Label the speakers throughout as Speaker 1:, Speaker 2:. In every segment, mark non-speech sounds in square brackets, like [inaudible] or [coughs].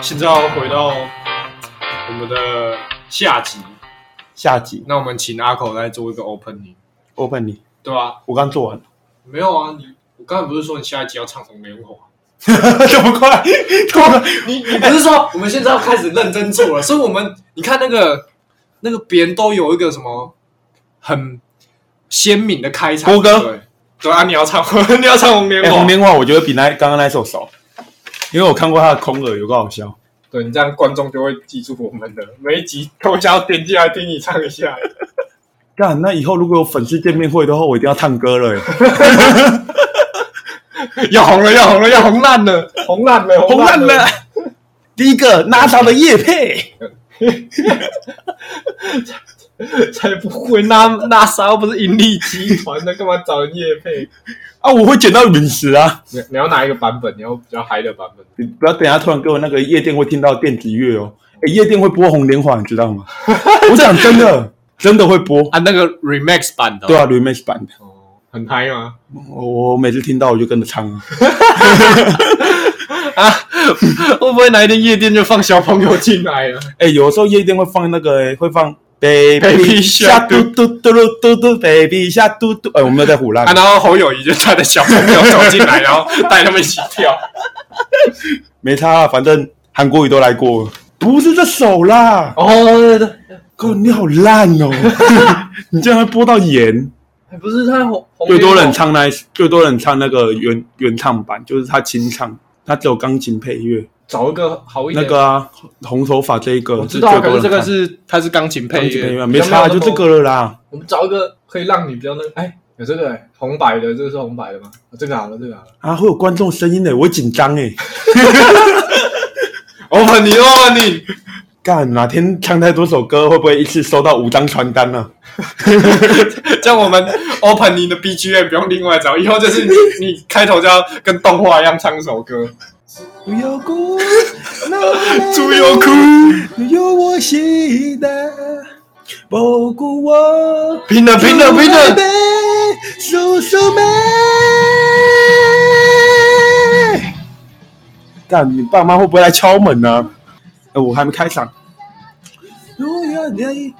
Speaker 1: 现在要回到我们的下集，
Speaker 2: 下集
Speaker 1: 那我们请阿口来做一个 opening，
Speaker 2: open 你，
Speaker 1: 对吧、
Speaker 2: 我刚做完，
Speaker 1: 没有啊，你我刚才不是说你下一集要唱什么莲花？
Speaker 2: [laughs] 这么快， [laughs] 这么快，
Speaker 1: 你你不是说我们现在要开始认真做了？所以我们你看那个那个别人都有一个什么很鲜明的开场，
Speaker 2: 郭哥
Speaker 1: 对对啊，你要唱 [laughs] 你要唱红莲
Speaker 2: 哎，
Speaker 1: 花，
Speaker 2: 红莲花我觉得比那刚刚那首少，因为我看过他的空耳，有个好笑。
Speaker 1: 对你这样观众就会记住我们的每一集都想要点进来听你唱一下。
Speaker 2: 干，那以后如果有粉丝见面会的话，我一定要唱歌了，哎
Speaker 1: 要红了，要红了，要红烂了，红烂了，
Speaker 2: [laughs] 红烂了。第一个 NASA 的叶配，
Speaker 1: [laughs] 才不会！那那啥又不是盈利集团的，干嘛找人业配？
Speaker 2: 啊，我会捡到陨石啊！
Speaker 1: [laughs] 你你要哪一个版本？你要比较嗨的版本？
Speaker 2: 你不要等一下突然给我那个夜店会听到电子乐哦，哎，夜店会播红莲花，你知道 [laughs] 吗？我讲真的，真的会播，
Speaker 1: 啊，那个 remix 版的、
Speaker 2: 对，啊，remix 版的，
Speaker 1: 哦，很嗨吗？
Speaker 2: 我我每次听到我就跟着唱啊。
Speaker 1: 啊， [laughs] 会不会哪一天夜店就放小朋友进来啊了？
Speaker 2: 哎、有时候夜店会放那个、会放 [laughs] baby
Speaker 1: Baby
Speaker 2: 下
Speaker 1: 下
Speaker 2: 嘟嘟嘟嘟嘟嘟 baby 下嘟嘟，哎、我没有在胡
Speaker 1: [laughs]
Speaker 2: 乱
Speaker 1: 啊，，然后侯友谊就带着小朋友走进来，然后带他们一起跳。
Speaker 2: 没差、啊，反正韩国语都来过了，不是这首啦，
Speaker 1: [laughs] 哦，对对，
Speaker 2: 哥你好烂 [laughs] 哦，你竟然会播到盐，
Speaker 1: 哎不是他红，红
Speaker 2: 最多人唱那一最多人唱那个原原唱版，就是他清唱，他只有钢琴配乐，
Speaker 1: 找一个好一
Speaker 2: 那
Speaker 1: 点。
Speaker 2: 个啊，红头发这一个
Speaker 1: 我知
Speaker 2: 是
Speaker 1: 道啊，
Speaker 2: 最
Speaker 1: 可
Speaker 2: 多
Speaker 1: 是这
Speaker 2: 人
Speaker 1: 个
Speaker 2: 唱。
Speaker 1: 是它是钢琴
Speaker 2: 钢
Speaker 1: 配
Speaker 2: 琴配
Speaker 1: 乐，
Speaker 2: 乐没差啊，
Speaker 1: 比较有
Speaker 2: 就
Speaker 1: 那么
Speaker 2: 这个了啦。
Speaker 1: 我们找一个可以让你比较那哎，有这个哎，红白的，这个是红白的吗？啊这个好了，这个好
Speaker 2: [laughs]
Speaker 1: 了。
Speaker 2: 啊，会有观众声音的，我会紧张哎。
Speaker 1: Open 你，Open 你， [laughs]
Speaker 2: 干，哪天唱太多首歌，会不会一次收到五张传单呢、
Speaker 1: 这样我们 Open 你的 BGM 不用另外找，以后就是你你开头就要跟动画一样唱一首歌。
Speaker 2: 不要哭，
Speaker 1: [laughs] 猪油哭，
Speaker 2: 你有我心的，不顾我。
Speaker 1: 拼了拼了拼了！，
Speaker 2: 叔叔妹。干，你爸妈会不会来敲门呢、哎我还没开场。如果你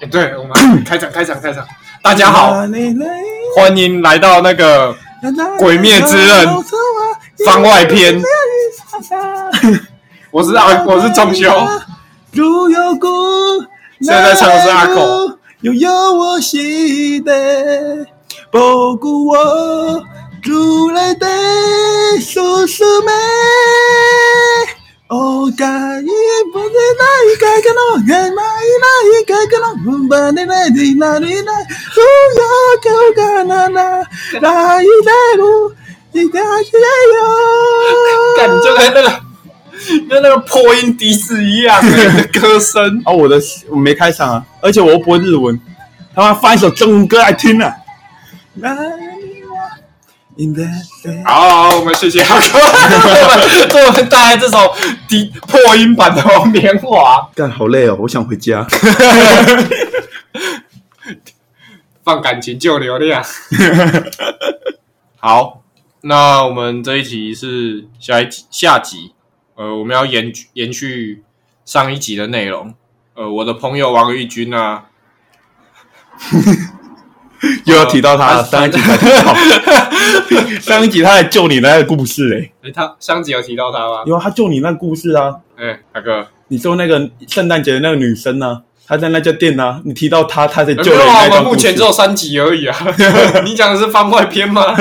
Speaker 1: 哎对，我们开场开场开场，大家好，，欢迎来到那个鬼
Speaker 2: 鬼
Speaker 1: 灭之刃
Speaker 2: 啊
Speaker 1: 番外篇。我是阿我是中修，
Speaker 2: 如有故，
Speaker 1: 现在唱的是阿狗，
Speaker 2: 又有我心的，不顾我主来的叔叔们。哦，该一不是那一个个那个那一那一个个那把你那的那里那，哦哟，个个那那那一那路，一个一个
Speaker 1: 感
Speaker 2: 哟。
Speaker 1: 觉跟那个跟那个破音笛子一样，哎
Speaker 2: [laughs]
Speaker 1: 歌声。
Speaker 2: 啊，我的我没开场啊，而且我又不会日文，他妈放一首中文歌来听啊。啊
Speaker 1: 好，我们谢谢阿 [laughs] 哥，我们为我们带来这首低破音版的《红莲华
Speaker 2: 干好累哦，我想回家。》，
Speaker 1: 放感情就流 [laughs] 量。好，那我们这一题是下一集下集，呃，我们要延延续上一集的内容。呃，我的朋友王玉军啊，
Speaker 2: [laughs] 又要提到他了，
Speaker 1: 呃
Speaker 2: 啊上一集才提到， [laughs] 上一集他来救你那个故事欸嘞、
Speaker 1: 诶，他上集有提到他吗？
Speaker 2: 有啊，他救你那故事啊，
Speaker 1: 哎、大哥，
Speaker 2: 你说那个圣诞节的那个女生呢、啊，她在那家店呢、啊，你提到她，她才
Speaker 1: 没
Speaker 2: 救了
Speaker 1: 有
Speaker 2: 你
Speaker 1: 啊，
Speaker 2: 那
Speaker 1: 我
Speaker 2: 段
Speaker 1: 们
Speaker 2: 故事
Speaker 1: 目前只有三集而
Speaker 2: [laughs]
Speaker 1: 已啊。你讲的是番外篇吗？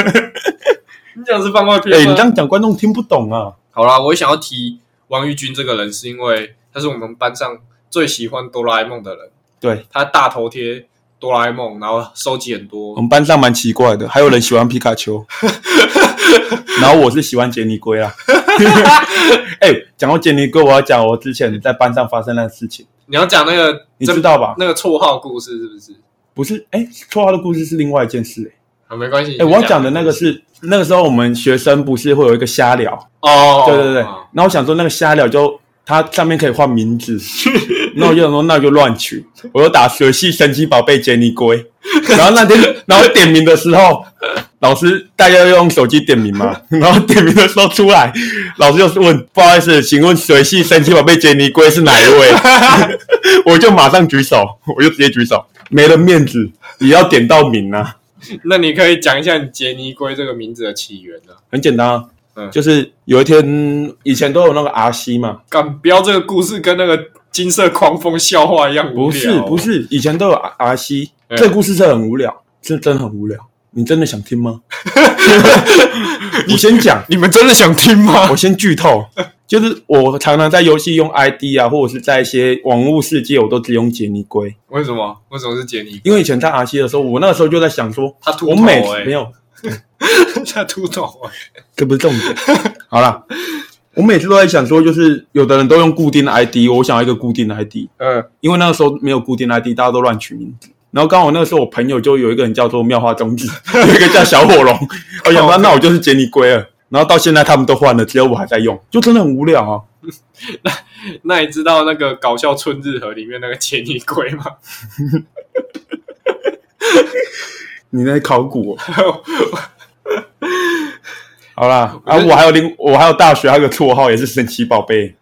Speaker 1: 你讲的是番外篇
Speaker 2: 哎、
Speaker 1: 吗？
Speaker 2: 你这样讲观众听不懂啊。
Speaker 1: 好啦，我想要提王玉军这个人，是因为他是我们班上最喜欢哆啦 A 梦的人，
Speaker 2: 对
Speaker 1: 他大头贴哆啦 A 梦，然后收集很多
Speaker 2: 我。们班上蛮奇怪的，还有人喜欢皮卡丘，然后我是喜欢杰尼龟啦。 [laughs] 哎、讲到杰尼龟，我要讲我之前在班上发生的事情，
Speaker 1: 你要讲那个
Speaker 2: 你
Speaker 1: 真
Speaker 2: 知道吧？
Speaker 1: 那个绰号故事是不是？
Speaker 2: 不是，哎、绰号的故事是另外一件事、
Speaker 1: 啊，
Speaker 2: 哎
Speaker 1: 没关系。
Speaker 2: 哎、
Speaker 1: 你
Speaker 2: 我要
Speaker 1: 先
Speaker 2: 讲的那个是那个时候我们学生不是会有一个瞎聊，
Speaker 1: 哦，
Speaker 2: 对对对。
Speaker 1: 哦
Speaker 2: 然后我想说那个瞎聊就它上面可以换名字， [laughs] 然后我就想说那就乱取，我就打学系神奇宝贝杰尼龟。然后那天， [laughs] 然后点名的时候，老师大家用手机点名嘛， [laughs] 然后点名的时候出来，老师就是问：“不好意思，请问水系神奇宝贝杰尼龟是哪一位？” [laughs] 我就马上举手，我就直接举手，没了面子，也要点到名啊。
Speaker 1: 那你可以讲一下你杰尼龟这个名字的起源呢、啊？
Speaker 2: 很简单啊，
Speaker 1: 嗯
Speaker 2: 就是有一天以前都有那个 R C 嘛，
Speaker 1: 干，不要这个故事跟那个金色狂风笑话一样无
Speaker 2: 不是
Speaker 1: 聊啊
Speaker 2: 不，是，以前都有 R R C，
Speaker 1: 嗯
Speaker 2: 这故事是很无聊，是真的很无聊。你真的想听吗？ [laughs] 我先
Speaker 1: [laughs]
Speaker 2: 讲，
Speaker 1: 你们真的想听吗
Speaker 2: 我？先剧透，就是我常常在游戏用 ID 啊，或者是在一些网络世界，我都只用杰尼龟，
Speaker 1: 为什么？为什么是杰尼？
Speaker 2: 因为以前在 R C 的时候，我那个时候就在想说，
Speaker 1: 他秃
Speaker 2: 我
Speaker 1: 头
Speaker 2: 每
Speaker 1: 哎、
Speaker 2: 没有，
Speaker 1: 他秃头 [laughs] 哎、
Speaker 2: 这不是重点。好啦，我每次都在想说，就是有的人都用固定的 ID，我想要一个固定的 ID，
Speaker 1: 嗯
Speaker 2: 因为那个时候没有固定 ID，大家都乱取名字。然后刚好那个时候我朋友就有一个人叫做妙花中子， [laughs] 有一个叫小火龙，我
Speaker 1: 哦
Speaker 2: 想说那我就是杰尼龟了。然后到现在他们都换了，只有我还在用，就真的很无聊啊。
Speaker 1: 那你知道那个搞笑春日和里面那个杰尼龟吗？ [laughs]
Speaker 2: 你在
Speaker 1: [laughs]
Speaker 2: 考古哦、好啦，
Speaker 1: 我
Speaker 2: 啊，
Speaker 1: 觉得
Speaker 2: 我还有另我还有大学还有个绰号也是神奇宝贝，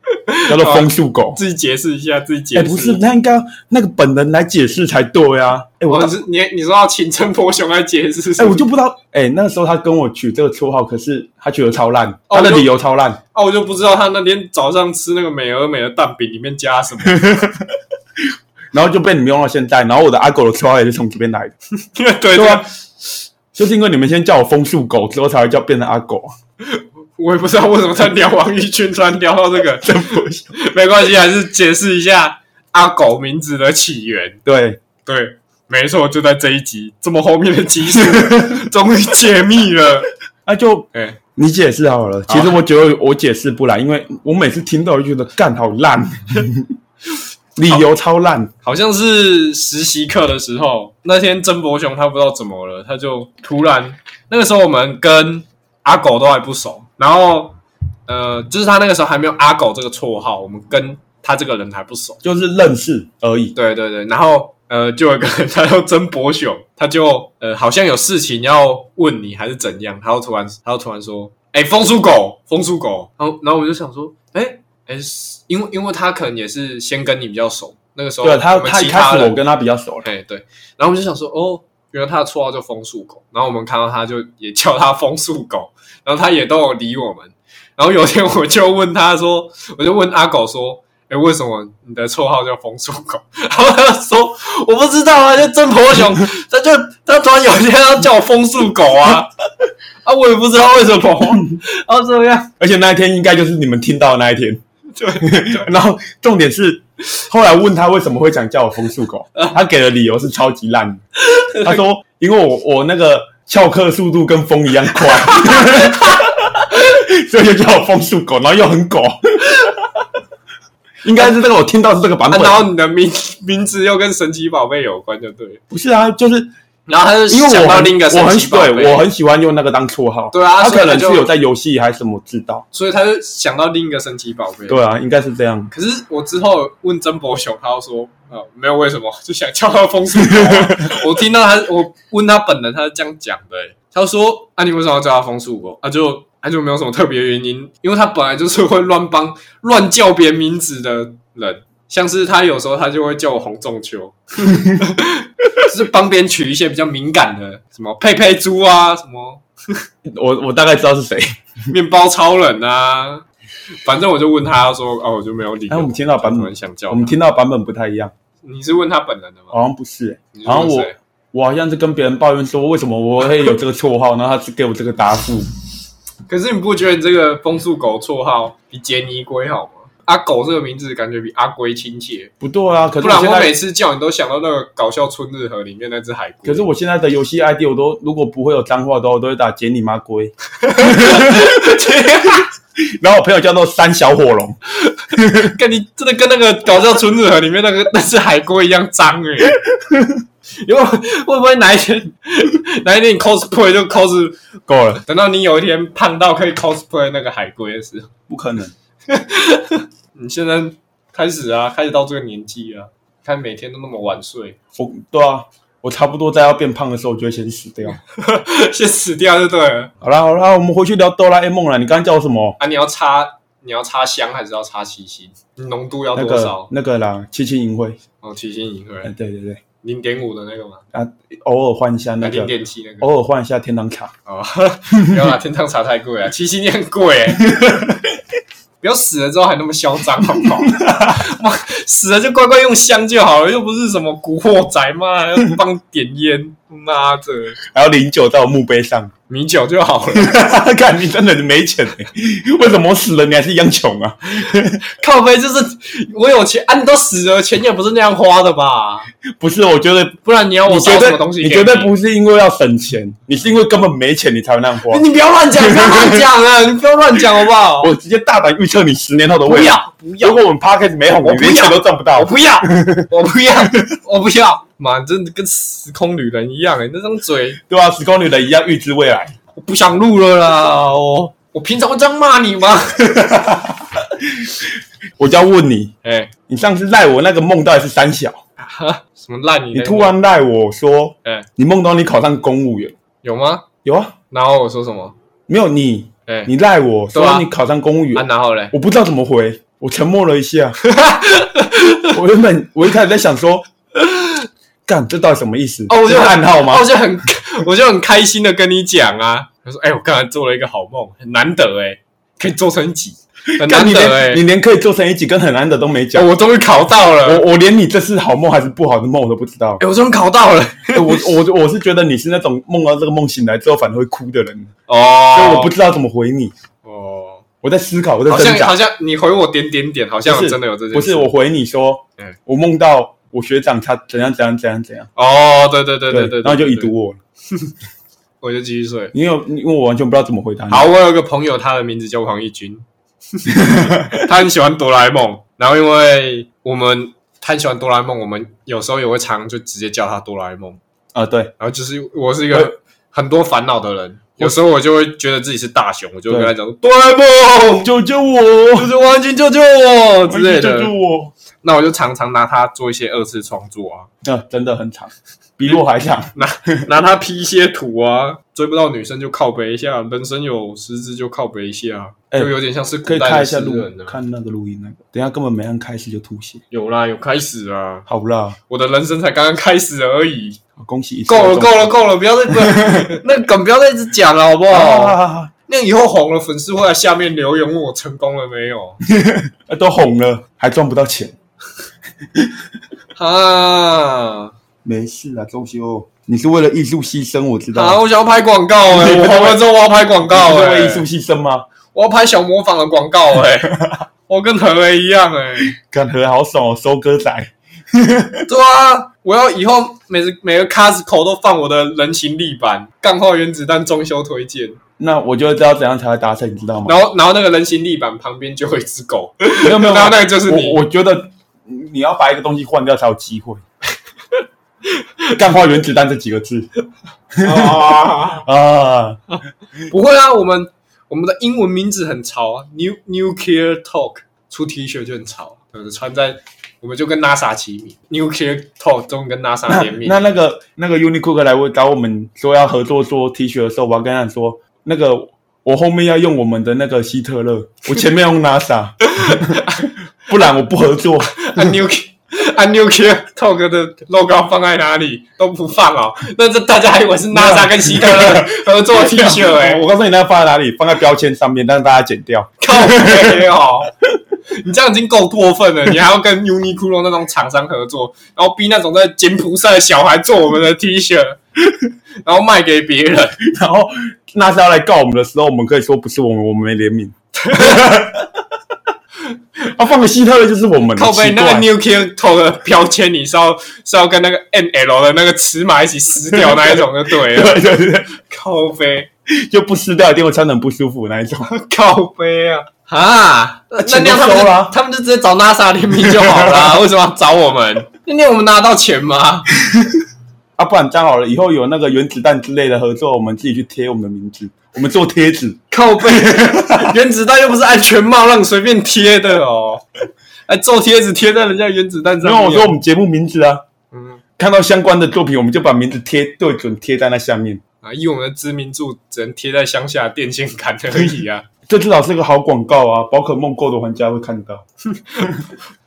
Speaker 2: 叫做风速狗。
Speaker 1: 自己解释一下，自哦己解
Speaker 2: 哎、
Speaker 1: 释。哦
Speaker 2: 不是，，那应该要那个本人来解释才对啊。哎、我
Speaker 1: 我
Speaker 2: 大
Speaker 1: 是你，你说要请陈柏雄来解释是不是？
Speaker 2: 哎、我就不知道，哎、那个时候他跟我取这个绰号，可是他取的超烂，
Speaker 1: 哦
Speaker 2: 他的
Speaker 1: 就
Speaker 2: 理由超烂。
Speaker 1: 啊，我就不知道他那天早上吃那个美而美的蛋饼里面加什么。
Speaker 2: 然后就被你们用到现在。然后我的阿狗的绰号也是从这边来的，
Speaker 1: 对对
Speaker 2: 对啊
Speaker 1: 对，，
Speaker 2: 就是因为你们先叫我枫树狗，之后才会叫变成阿狗。
Speaker 1: 我也不知道为什么在聊王一圈，突然聊到这个，没关系，还是解释一下阿狗名字的起源。
Speaker 2: 对，
Speaker 1: 对，没错，就在这一集这么后面的集数，终于解密了。
Speaker 2: 那就
Speaker 1: 哎、
Speaker 2: 你解释好啊了。其实我觉得我解释不来，因为我每次听到我就觉得干好 [laughs] 烂，理由超烂。
Speaker 1: 好像是实习课的时候，那天曾伯雄他不知道怎么了，他就突然那个时候我们跟阿狗都还不熟，然后呃，就是他那个时候还没有阿狗这个绰号，我们跟他这个人还不熟。
Speaker 2: 就是认识而已，
Speaker 1: 对对对，然后呃，就有一个 [laughs] 人他叫曾伯雄，他就呃好像有事情要问你还是怎样，他就突然他就突然说，哎、风叔狗，风叔狗，然后然后我就想说，哎、哎、是因为因为他可能也是先跟你比较熟，那个时候
Speaker 2: 对啊他
Speaker 1: 我们
Speaker 2: 他
Speaker 1: 其
Speaker 2: 一开始
Speaker 1: 人
Speaker 2: 我跟他比较熟了，
Speaker 1: 哎、对，然后我们就想说，哦，原来他的绰号叫风速狗，然后我们看到他就也叫他风速狗，然后他也都有理我们。然后有一天我就问他说，我就问阿狗说，哎、为什么你的绰号叫风速狗？ [laughs] 然后他就说，我不知道啊，就郑婆熊，他就他突然有一天要叫我风速狗啊，啊，我也不知道为什么，然后这样，
Speaker 2: 而且那一天应该就是你们听到的那一天。
Speaker 1: 对对
Speaker 2: [laughs] 然后重点是，后来问他为什么会想叫我枫树狗，他给的理由是超级烂的。他说，因为我我那个翘课速度跟风一样快， [laughs] 所以就叫我枫树狗，然后又很狗。应该是这个，我听到是这个版
Speaker 1: 啊
Speaker 2: 本。
Speaker 1: 然后你的名名字又跟神奇宝贝有关，就对了。
Speaker 2: 不是啊，就是
Speaker 1: 然后他就
Speaker 2: 因为
Speaker 1: 想
Speaker 2: 我
Speaker 1: 到
Speaker 2: 很
Speaker 1: 另一个神
Speaker 2: 我很
Speaker 1: 奇宝贝，
Speaker 2: 对我很喜欢用那个当绰号。
Speaker 1: 对啊
Speaker 2: 他
Speaker 1: 所以
Speaker 2: 可
Speaker 1: 他
Speaker 2: 能
Speaker 1: 就是
Speaker 2: 有在游戏还是什么知道。
Speaker 1: 所以他就想到另一个神奇宝贝。，
Speaker 2: 对啊，应该是这样。
Speaker 1: 可是我之后问曾伯雄，他又说，呃，没有为什么，就想叫他风速狗啊、我听到他，我问他本人，他是这样讲的、欸，他说，啊，你为什么要叫他风速狗？啊，就啊就没有什么特别原因，因为他本来就是会乱帮乱叫别人名字的人，像是他有时候他就会叫我洪仲秋。就是帮别人取一些比较敏感的，什么佩佩猪啊，什么
Speaker 2: 我我大概知道是谁。
Speaker 1: [laughs] 面包超人啊，反正我就问他说，哦，我就没有理。
Speaker 2: 哎我们听到版本
Speaker 1: 突然想叫他
Speaker 2: 我们听到版本不太一样，
Speaker 1: 你是问他本人的吗？
Speaker 2: 好像不是、欸。
Speaker 1: 你是
Speaker 2: 然后
Speaker 1: 问
Speaker 2: 我
Speaker 1: 谁
Speaker 2: 我好像是跟别人抱怨说，为什么我会有这个绰号，然后他只给我这个答复。
Speaker 1: 可是你不觉得你这个风速狗绰号比杰尼龟好吗？阿狗这个名字感觉比阿龟亲切，
Speaker 2: 不对啊，可
Speaker 1: 不
Speaker 2: 是我
Speaker 1: 然
Speaker 2: 现
Speaker 1: 我每
Speaker 2: 在，
Speaker 1: 次叫你都想到那个搞笑春日和里面那只海龟。
Speaker 2: 可是我现在的游戏 ID 我都如果不会有脏话的话，我都会打“捡你妈
Speaker 1: [laughs]
Speaker 2: 龟”。然后我朋友叫做三小火龙，
Speaker 1: 跟你真的跟那个搞笑春日和里面那个 [laughs] 那只海龟一样脏哎、欸。 [laughs] 因为会不会哪一天 [laughs] 哪一天你 cosplay 就 cos，
Speaker 2: 够了，
Speaker 1: 等到你有一天胖到可以 cosplay 那个海龟的时候，
Speaker 2: 不可能。
Speaker 1: 你现在开始啊，开始到这个年纪啊，看每天都那么晚睡，
Speaker 2: 我对啊，我差不多在要变胖的时候，我就会先死掉。
Speaker 1: 先死掉就对了。
Speaker 2: 好啦好啦，我们回去聊哆啦 A 梦了。你刚刚叫我什么？
Speaker 1: 啊，你要插你要插香还是要插七星？浓度要
Speaker 2: 那
Speaker 1: 多
Speaker 2: 个
Speaker 1: 少？
Speaker 2: 那个啦，七七淫秽。
Speaker 1: 哦，七星一
Speaker 2: 嗯，
Speaker 1: 个
Speaker 2: 对对对，
Speaker 1: 零点五的那个嘛，
Speaker 2: 偶尔换一下那
Speaker 1: 零
Speaker 2: 个，哦
Speaker 1: 点七那个。
Speaker 2: 偶尔换一下天堂卡。
Speaker 1: 哦，不要啦，天堂茶太贵了，啊七星也很贵欸。 [laughs] 不要死了之后还那么嚣张，好不好？ [laughs] 妈，死了就乖乖用香就好了，又不是什么古惑仔嘛，还要帮点烟，妈的，
Speaker 2: 还要零酒在我墓碑上。 [laughs]
Speaker 1: 米酒就好了。
Speaker 2: 看你真的没钱、欸， [laughs] 为什么我死了你还是一样穷啊？
Speaker 1: [laughs] 靠背就是我有钱啊，你都死了，钱也不是那样花的吧？
Speaker 2: 不是，我觉得
Speaker 1: 不然你要我
Speaker 2: 你
Speaker 1: 烧
Speaker 2: 绝
Speaker 1: 什
Speaker 2: 对
Speaker 1: 么东西给
Speaker 2: 你绝对不是因为要省钱，你是因为根本没钱你才会那样
Speaker 1: [laughs]
Speaker 2: 花。
Speaker 1: 你不要乱讲，不要乱讲啊！ [laughs] 你不要乱讲好不好？
Speaker 2: 我直接大胆预测你十年后的
Speaker 1: 不
Speaker 2: 未来。
Speaker 1: 要，不
Speaker 2: 如
Speaker 1: 要，
Speaker 2: 果我们 p a r k e 没红，
Speaker 1: 我
Speaker 2: 你
Speaker 1: 不
Speaker 2: 连钱
Speaker 1: 要
Speaker 2: 都赚不
Speaker 1: 我
Speaker 2: 到。
Speaker 1: 不要，我不要，我不要！妈，真的跟时空旅人一样哎、那张嘴
Speaker 2: 对啊，时空旅人一样预知未来。
Speaker 1: 我不想录了啦！我我平常会这样骂你吗？
Speaker 2: 我就要问你，
Speaker 1: [laughs] 哎、
Speaker 2: 你上次赖我那个梦到底是三小？
Speaker 1: 哈，什么烂你
Speaker 2: 你
Speaker 1: 的？
Speaker 2: 突然赖我说
Speaker 1: 哎、
Speaker 2: 你梦到你考上公务员，
Speaker 1: 有吗？
Speaker 2: 有啊？
Speaker 1: 然后我说什么？
Speaker 2: 没有你，
Speaker 1: 哎、
Speaker 2: 你赖我
Speaker 1: 对啊
Speaker 2: 说你考上公务员
Speaker 1: 啊，，然后嘞，
Speaker 2: 我不知道怎么回，我沉默了一下。我原本我一开始在想说，干这到底什么意思？
Speaker 1: 哦我就
Speaker 2: 这是暗号
Speaker 1: 然
Speaker 2: 吗
Speaker 1: 后？我就很 [laughs] 我就很开心的跟你讲啊，他说：“哎、我刚才做了一个好梦，很难得哎、可以做成几，很
Speaker 2: 干
Speaker 1: 难
Speaker 2: 你
Speaker 1: 得哎、
Speaker 2: 连你连可以做成一起跟很难的都没讲。
Speaker 1: 哦我终于考到了，
Speaker 2: 我我连你这是好梦还是不好的梦我都不知
Speaker 1: [laughs]
Speaker 2: 道
Speaker 1: 哎、。我终于考到了。
Speaker 2: 我我我是觉得你是那种梦到这个梦醒来之后反而会哭的人，
Speaker 1: 哦
Speaker 2: 所以我不知道怎么回你。
Speaker 1: 哦，
Speaker 2: 我在思考，我在
Speaker 1: 好
Speaker 2: 挣
Speaker 1: 像
Speaker 2: 扎
Speaker 1: 好。像你回我点点点，好像
Speaker 2: 不是
Speaker 1: 真的有这件事。
Speaker 2: 不是我回你说
Speaker 1: 嗯，
Speaker 2: 我梦到我学长他怎样怎样怎样怎样，
Speaker 1: 哦，对对对对对，
Speaker 2: 然后就
Speaker 1: 对
Speaker 2: 已读，我了，
Speaker 1: 对我就继续睡。
Speaker 2: 因为因为我完全不知道怎么回答你。
Speaker 1: 好，我有个朋友，他的名字叫黄义
Speaker 2: [laughs]
Speaker 1: 军，他很喜欢哆啦 A 梦，然后因为我们他很喜欢哆啦 A 梦，我们有时候也会常就直接叫他哆啦 A 梦。
Speaker 2: 啊，对， [laughs]
Speaker 1: 然后就是我是一
Speaker 2: 我
Speaker 1: 个很多烦恼的人，有时候我就会觉得自己是大雄，我就会跟
Speaker 2: 对
Speaker 1: 他讲说哆啦 A 梦，
Speaker 2: 救救我！
Speaker 1: 就是王军救救
Speaker 2: [laughs]
Speaker 1: 我之类
Speaker 2: 救
Speaker 1: 的
Speaker 2: 救。我！
Speaker 1: 那我就常常拿它做一些二次创作啊，
Speaker 2: 那、 [laughs] 真的很长，比我还长。
Speaker 1: [laughs] 拿它 P 一些图啊，追不到女生就靠北一下，人生有失之就靠北一下，
Speaker 2: 哎
Speaker 1: 就有点像是
Speaker 2: [laughs] 可
Speaker 1: 古
Speaker 2: 以
Speaker 1: 代
Speaker 2: 开
Speaker 1: 的
Speaker 2: 一下
Speaker 1: 诗
Speaker 2: 录
Speaker 1: 人，啊。
Speaker 2: 看那个录音那个。等一下根本没按开始就吐血。
Speaker 1: 有啦，有开始啊，
Speaker 2: 好啦，
Speaker 1: 我的人生才刚刚开始而 [laughs] 已。
Speaker 2: 恭喜一次啊
Speaker 1: 够了，
Speaker 2: 中
Speaker 1: 够了，够了，不要再 [laughs] 不要那梗不要再一直讲了，好不
Speaker 2: 啊
Speaker 1: 好？
Speaker 2: 啊啊
Speaker 1: 那以后红了，粉丝会在下面留言问我成功了没有？
Speaker 2: 啊！都红了，还赚不到钱。
Speaker 1: 啊，
Speaker 2: 没事啦，周修，你是为了艺术牺牲，我知道。
Speaker 1: 好，我想要拍广告哎、
Speaker 2: [laughs]
Speaker 1: 我红了之后我要拍广告
Speaker 2: 你是
Speaker 1: 哎、
Speaker 2: 为了艺术牺牲吗？
Speaker 1: 我要拍小模仿的广告
Speaker 2: [laughs]
Speaker 1: 哎、我跟何为一样哎、
Speaker 2: 感觉好爽哦，收割仔。
Speaker 1: 对啊，我要以后每次每个 Costco 都放我的人形立板，干化原子弹装修推荐，
Speaker 2: 那我就会知道怎样才会达成，你知道吗？
Speaker 1: 然后然后那个人形立板旁边就有一只狗，
Speaker 2: 没有没有，
Speaker 1: 然后那个就是你
Speaker 2: 啊我我觉得你要把一个东西换掉才有
Speaker 1: [laughs]
Speaker 2: 机会。干化原子弹这几个字哦
Speaker 1: 啊、
Speaker 2: 啊，
Speaker 1: 不会啊，我们我们的英文名字很潮啊，New Nuclear Talk 出 T 恤就很潮，嗯，穿在我们就跟 NASA 齐名，Nuclear Talk 终于跟 NASA 联名。
Speaker 2: [coughs] [laughs] 那那个那个 Uniqlo 来我找我们说要合作做 T 恤的时候，我要跟他说，那个我后面要用我们的那个希特勒，我前面
Speaker 1: [laughs]
Speaker 2: 用 NASA，不然我不合作。
Speaker 1: 按 n u k [laughs] 按 Nuclear Talk 的 logo 放在哪里都不放哦，那这大家还以为是 NASA 跟希特勒合作 T 恤哎、
Speaker 2: [laughs] 我告诉你，那放在哪里？放在标签上面，让大家剪掉。
Speaker 1: 靠北哦！ [laughs] 你这样已经够过分了，你还要跟 Uniqlo 那种厂商合作，然后逼那种在柬埔寨的小孩做我们的 T 恤， [laughs] 然后卖给别人，
Speaker 2: 然后 NASA 要来告我们的时候，我们可以说不是我们，我们没怜悯。 [laughs] 啊，放个希特勒就是我们的，
Speaker 1: 靠背
Speaker 2: 奇
Speaker 1: 那个
Speaker 2: 怪
Speaker 1: Nuclear Talk 的标签，你是要是要跟那个 NL 的那个尺码一起撕掉那一种就对
Speaker 2: [laughs]
Speaker 1: 了。
Speaker 2: 对对对对，
Speaker 1: 靠背。
Speaker 2: 就不撕掉，一定会穿的很不舒服那一种。
Speaker 1: [laughs] 靠背啊！啊，那
Speaker 2: 钱
Speaker 1: 那样
Speaker 2: 都
Speaker 1: 他们
Speaker 2: 收了
Speaker 1: 就
Speaker 2: 啊
Speaker 1: 他们就直接找 NASA 联名就好啦，
Speaker 2: [laughs]
Speaker 1: 为什么要找我们？那天我们拿到钱吗？
Speaker 2: 啊，不然这样好了，以后有那个原子弹之类的合作，我们自己去贴我们的名字，我们做贴纸。 [laughs]
Speaker 1: 靠背，原子弹又不是安全帽让你随便贴的哦。还做贴纸贴在人家原子弹
Speaker 2: 因
Speaker 1: 上
Speaker 2: 为
Speaker 1: 面。啊
Speaker 2: 我说我们节目名字啊，
Speaker 1: 嗯
Speaker 2: 看到相关的作品，我们就把名字贴对准贴在那下面。
Speaker 1: 啊，以我们的知名度，只能贴在乡下的电线杆而已 [laughs] 啊。
Speaker 2: 这至少是个好广告啊！宝可梦 Go 的玩家会看到。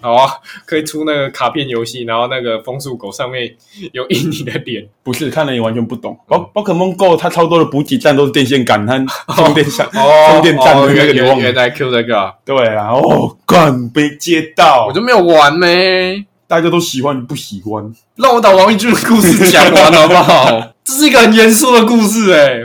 Speaker 1: 好啊，可以出那个卡片游戏，然后那个风速狗上面有印你的脸，
Speaker 2: 不是，看了也完全不懂。
Speaker 1: 嗯
Speaker 2: 宝宝可梦 Go 它超多的补给站都是电线杆
Speaker 1: [laughs]
Speaker 2: 和充电站、充电站
Speaker 1: 哦
Speaker 2: 的那个
Speaker 1: 原
Speaker 2: 你忘
Speaker 1: 原原
Speaker 2: 了？
Speaker 1: 来 Q 这个啊，
Speaker 2: 对啊，哦，干被接到，
Speaker 1: 我就没有玩呗。
Speaker 2: 大家都喜欢，你不喜欢？
Speaker 1: 让我把王一军的故事讲完好不
Speaker 2: [laughs]
Speaker 1: 好？这是一个很严肃的故事哎、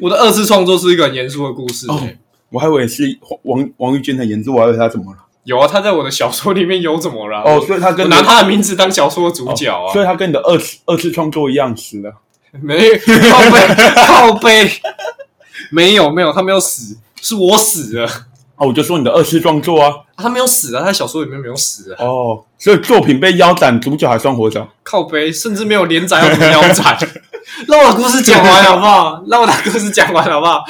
Speaker 1: 我的二次创作是一个很严肃的故事、哎
Speaker 2: 哦我还以为是王王王玉娟很严重，我还以为他怎么了？
Speaker 1: 有啊，他在我的小说里面有怎么了？
Speaker 2: 哦，所以他
Speaker 1: 我
Speaker 2: 跟
Speaker 1: 拿
Speaker 2: 他
Speaker 1: 他的名字当小说的主角啊，
Speaker 2: 哦所以他跟你的二次二次创作一样死了。
Speaker 1: 没靠背 [laughs] 靠背，没有没有，他没有死，是我死了，啊
Speaker 2: 哦，我就说你的二次创作啊。
Speaker 1: 他没有死啊，他小说里面没有死啊，
Speaker 2: 哦，所以作品被腰斩，主角还算活着。
Speaker 1: 靠背甚至没有连载要怎么腰 [laughs] 斩，让我的故事讲完好不好？让我的故事讲完好 [laughs] 不好？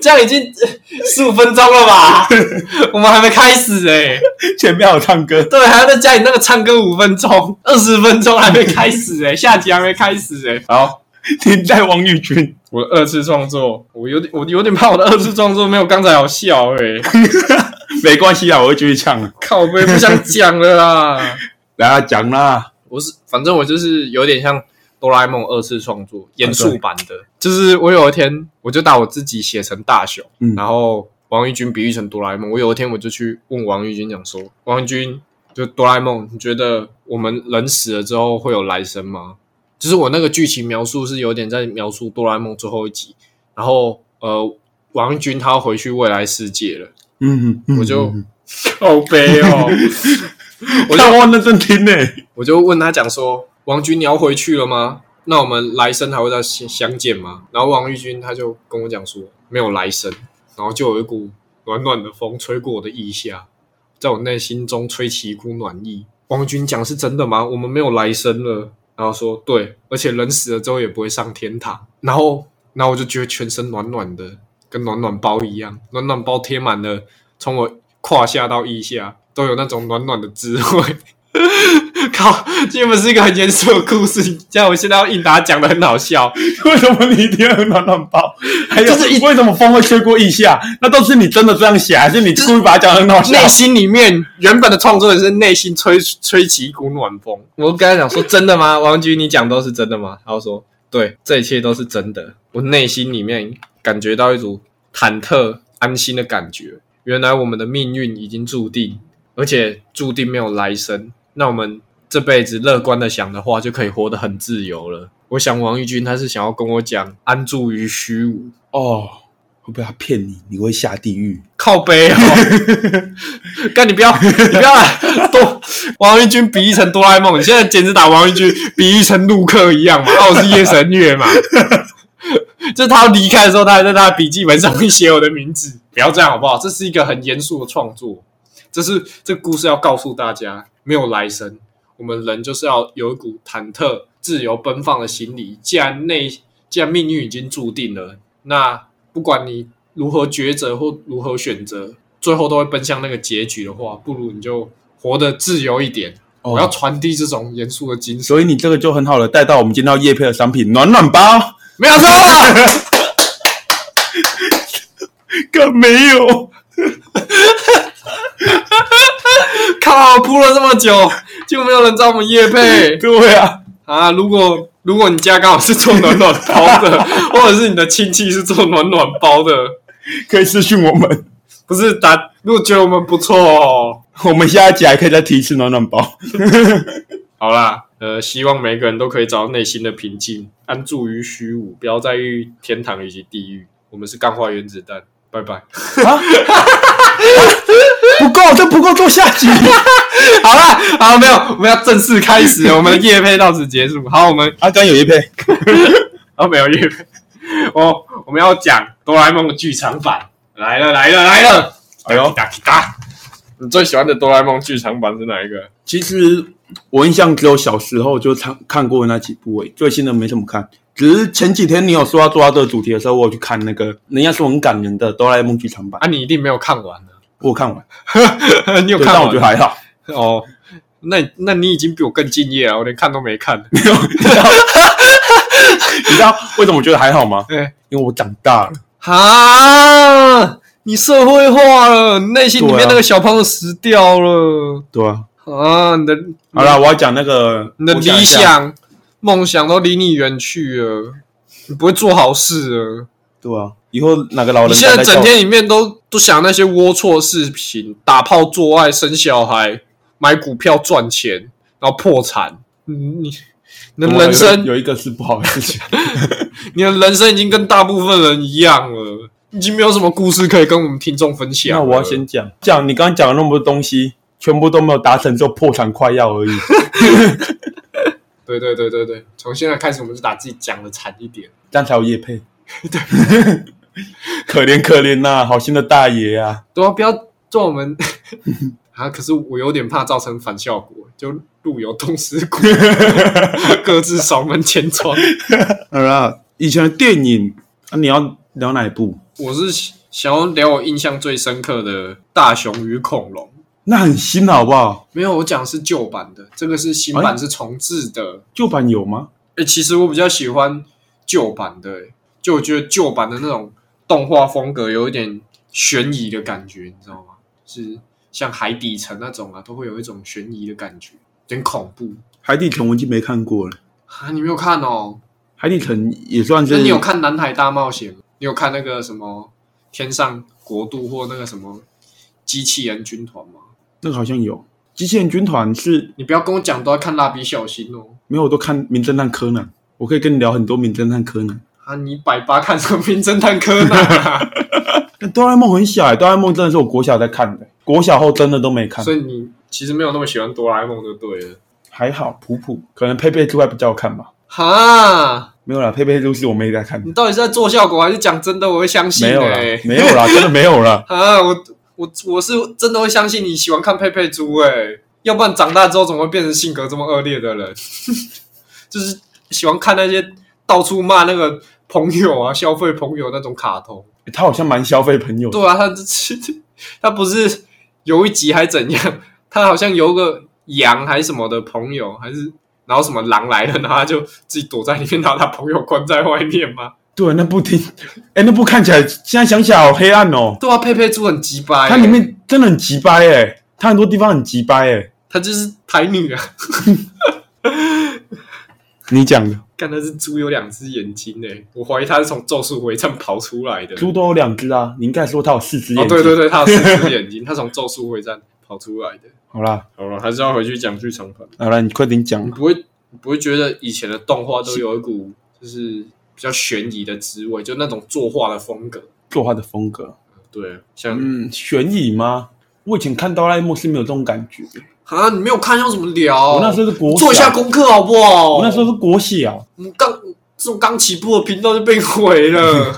Speaker 1: 这样已经十五分钟了 [laughs] 吧？我们还没开始哎、
Speaker 2: 前面还有唱歌，
Speaker 1: 对，还要再加你那个唱歌五分钟，二十分钟还没开始哎、下集还没开始哎、好，
Speaker 2: [laughs] 你在王玉君，
Speaker 1: 我的二次创作，我有点，我有点怕我的二次创作没有刚才好笑哎、 [laughs]
Speaker 2: 没关系啊，我会继续唱啊。
Speaker 1: 靠背不想讲了啦。
Speaker 2: 来啊，讲啦，
Speaker 1: 我是，反正我就是有点像哆啦 A 梦二次创作严肃版的，就是我有一天我就把我自己写成大雄，
Speaker 2: 嗯
Speaker 1: 然后王玉军比喻成哆啦 A 梦。我有一天我就去问王玉军讲说，王玉军就哆啦 A 梦，你觉得我们人死了之后会有来生吗？就是我那个剧情描述是有点在描述哆啦 A 梦最后一集，然后呃，王玉军他要回去未来世界了，
Speaker 2: 嗯，嗯
Speaker 1: 我就
Speaker 2: 嗯
Speaker 1: 好悲哦。
Speaker 2: 我就忘认真听呢、 [laughs]
Speaker 1: 我就问他讲说：“王军，你要回去了吗？那我们来生还会再相相见吗？”然后王玉军他就跟我讲说：“没有来生。”然后就有一股暖暖的风吹过我的腋下，在我内心中吹起一股暖意。王玉军讲是真的吗？我们没有来生了。然后说对，而且人死了之后也不会上天堂。然后，然后我就觉得全身暖暖的，跟暖暖包一样，暖暖包贴满了，从我胯下到腋下都有那种暖暖的滋味。 [laughs] 靠，这原本是一个很严肃的故事，像我现在要硬打讲的很好笑，
Speaker 2: 为什么你一定要有暖暖包？还有，
Speaker 1: 就是一
Speaker 2: 为什么风会吹过腋下？那都是你真的这样写，还是你故意把它讲得很好笑
Speaker 1: 内？心里面原本的创作人是内心吹吹起一股暖风。我跟他讲说：“真的吗，王菊？你讲都是真的吗？”他就说：“对，这一切都是真的。”我内心里面感觉到一种忐忑、安心的感觉。原来我们的命运已经注定，而且注定没有来生。那我们这辈子乐观的想的话，就可以活得很自由了。我想王玉君他是想要跟我讲安住于虚无，
Speaker 2: 哦，会不会他骗你？你会下地狱？
Speaker 1: 靠背哦，干你不要，你不要来多王一军比喻成哆啦 A 梦，你现在简直打王一军比喻成陆克一样嘛，啊，我是夜神月嘛，就是他要离开的时候，他还在他的笔记本上面写我的名字，不要这样好不好？这是一个很严肃的创作，这是这个故事要告诉大家，没有来生，我们人就是要有一股忐忑、自由奔放的心理。既然内，既然命运已经注定了，那不管你如何抉择或如何选择，最后都会奔向那个结局的话，不如你就活得自由一点。
Speaker 2: 哦
Speaker 1: 我要传递这种严肃的精神，
Speaker 2: 所以你这个就很好的带到我们今天要叶配的商品暖暖包，
Speaker 1: 没有错。啊
Speaker 2: 更没有。
Speaker 1: [laughs] 靠，铺了这么久，就没有人找我们夜配。
Speaker 2: 对啊，
Speaker 1: 啊，如果如果你家刚好是做暖暖包 [laughs] 的，或者是你的亲戚是做暖暖包的，
Speaker 2: 可以私讯我们， [laughs]
Speaker 1: 不是打，如果觉得我们不错哦，
Speaker 2: 我们下一集还可以再提一次暖暖包。
Speaker 1: 好啦，呃，希望每个人都可以找到内心的平静，安住于虚无，不要在于天堂以及地狱。我们是钢化原子弹，拜拜。
Speaker 2: [laughs] 不够，这不够做下
Speaker 1: [laughs]
Speaker 2: 集。
Speaker 1: 啊好啦，好，没有，我们要正式开始了，我们的夜配到此结束。好，我们
Speaker 2: 阿甘有叶配，
Speaker 1: 啊没有夜配，哦，我们要讲哆啦 A 梦的剧场版来了，来了，来了。
Speaker 2: 哎呦，
Speaker 1: 打打。你最喜欢的哆啦 A 梦剧场版是哪一个？
Speaker 2: 其实我印象只有小时候就看看过那几部、诶，最新的没什么看。只是前几天你有说要做到这个主题的时候，我有去看那个人家说很感人的《哆啦 A 梦剧场版》
Speaker 1: 啊，你一定没有看完呢。
Speaker 2: 我有看完，
Speaker 1: [laughs] 你有
Speaker 2: 对
Speaker 1: 看
Speaker 2: 但
Speaker 1: 完？
Speaker 2: 我觉得还好。
Speaker 1: 哦，那那你已经比我更敬业了，我连看都没看。 [laughs]
Speaker 2: 没有，你知道你知道为什么我觉得还好吗？
Speaker 1: 对，
Speaker 2: 因为我长大了。
Speaker 1: 哈，你社会化了，你内心里
Speaker 2: 对
Speaker 1: 面
Speaker 2: 啊
Speaker 1: 那个小胖子死掉了
Speaker 2: 对啊，
Speaker 1: 啊！你的
Speaker 2: 好了，我要讲那个
Speaker 1: 你的
Speaker 2: 我
Speaker 1: 理
Speaker 2: 想一下
Speaker 1: 想、梦想都离你远去了，你不会做好事了。
Speaker 2: 对啊，以后哪个老
Speaker 1: 你
Speaker 2: 人家
Speaker 1: 现在
Speaker 2: 叫
Speaker 1: 整
Speaker 2: 我
Speaker 1: 天里面都都想那些龌龊事情，打炮、做爱、生小孩、买股票赚钱，然后破产。嗯你你的
Speaker 2: 我有
Speaker 1: 人生
Speaker 2: 啊有一个是不好的事情，
Speaker 1: 你的人生已经跟大部分人一样了，已经没有什么故事可以跟我们听众分享
Speaker 2: [laughs] 那
Speaker 1: 了。
Speaker 2: 我要先讲讲你刚刚讲的那么多东西，全部都没有达成，就破产快要 [laughs] 而已。
Speaker 1: 对对对对对，从现在开始我们就把自己讲的惨一点。
Speaker 2: 这样才有叶配。 [laughs] 可怜可怜呐、好心的大爷啊！
Speaker 1: 对啊，不要做我
Speaker 2: [laughs]
Speaker 1: 们 [laughs] 啊！可是我有点怕造成反效果，就路有冻死
Speaker 2: [laughs]
Speaker 1: 骨，各自扫门前窗。
Speaker 2: 好啦，以前的电影，啊、你要聊哪一部？
Speaker 1: 我是想要聊我印象最深刻的《大雄与恐龙》，
Speaker 2: 那很新好不好？
Speaker 1: 没有，我讲的是旧版的，这个是新
Speaker 2: 哎
Speaker 1: 版是重置的。
Speaker 2: 旧版有吗？
Speaker 1: 欸，其实我比较喜欢旧版的、欸，就我觉得旧版的那种动画风格有一点悬疑的感觉，你知道吗？是像海底城那种啊，都会有一种悬疑的感觉，有点恐怖
Speaker 2: 海底城我已经没看过了。
Speaker 1: 啊！你没有看哦？
Speaker 2: 海底城也算
Speaker 1: 那
Speaker 2: 是
Speaker 1: 你有看《南海大冒险》吗？你有看那个什么《天上国度》或那个什么机器人军团吗？
Speaker 2: 那个好像有机器人军团是
Speaker 1: 你不要跟我讲都要看《蜡笔小新》哦。
Speaker 2: 没有，我都看名侦探柯南，我可以跟你聊很多名侦探柯南。
Speaker 1: 啊！你百八看什么《名侦探柯南》
Speaker 2: [laughs]
Speaker 1: 啊？
Speaker 2: 但哎哆啦 A 梦很小、欸，哆啦 A 梦真的是我国小在看的、国小后真的都没看
Speaker 1: 所，以你其实没有那么喜欢哆啦 A 梦就对了。
Speaker 2: 还好普普，可能佩佩猪还比较好看吧。
Speaker 1: 哈，
Speaker 2: 没有啦，佩佩猪是我妹在看的
Speaker 1: 你，到底是在做效果还是讲真的？我会相信、
Speaker 2: 没
Speaker 1: 欸。
Speaker 2: 有啦，没
Speaker 1: [laughs]
Speaker 2: 有啦，真的没有啦。
Speaker 1: 啊，我我我是真的会相信你喜欢看佩佩猪哎、要不然长大之后怎么会变成性格这么恶劣的人？ [laughs] 就是喜欢看那些到处骂那个朋友啊、消费朋友那种卡通。
Speaker 2: 他好像蛮消费朋友
Speaker 1: [laughs]
Speaker 2: 的，
Speaker 1: 对啊，他这他不是有一集还怎样？他好像有个羊还是什么的朋友，还是然后什么狼来了，然后他就自己躲在里面，然后他朋友关在外面吗？ [laughs]
Speaker 2: 对，那部听， [laughs] 哎、那部看起来现在想起来好黑暗哦、
Speaker 1: 对啊，佩佩猪很鸡巴、欸，
Speaker 2: 它里面真的很急掰哎、它很多地方很急掰哎、
Speaker 1: 她就是台女啊，
Speaker 2: 你讲的，
Speaker 1: 看那只猪有两只眼睛呢、我怀疑它是从咒术回战跑出来的。
Speaker 2: 猪都有两只啊，你应该说它有四只眼
Speaker 1: 哦，
Speaker 2: 睛。
Speaker 1: 对对对，它有四只眼睛，它从咒术回战跑出来的。
Speaker 2: 好啦，
Speaker 1: 好了，还是要回去讲剧场版。
Speaker 2: 好啦，你快点讲
Speaker 1: 你。不会你不会觉得以前的动画都有一股就是比较悬疑的滋味，就那种作画的风格。
Speaker 2: 作画的风格，
Speaker 1: 对，像、
Speaker 2: 嗯，悬疑吗？我以前看哆啦 A 梦是没有这种感觉的，
Speaker 1: 啊，你没有看要怎么聊？
Speaker 2: 我那时候是国小
Speaker 1: 做一哦下功课好不好？
Speaker 2: 哦我那时候是国小，
Speaker 1: 我们刚这种刚起步的频道就被毁
Speaker 2: [laughs]
Speaker 1: 了。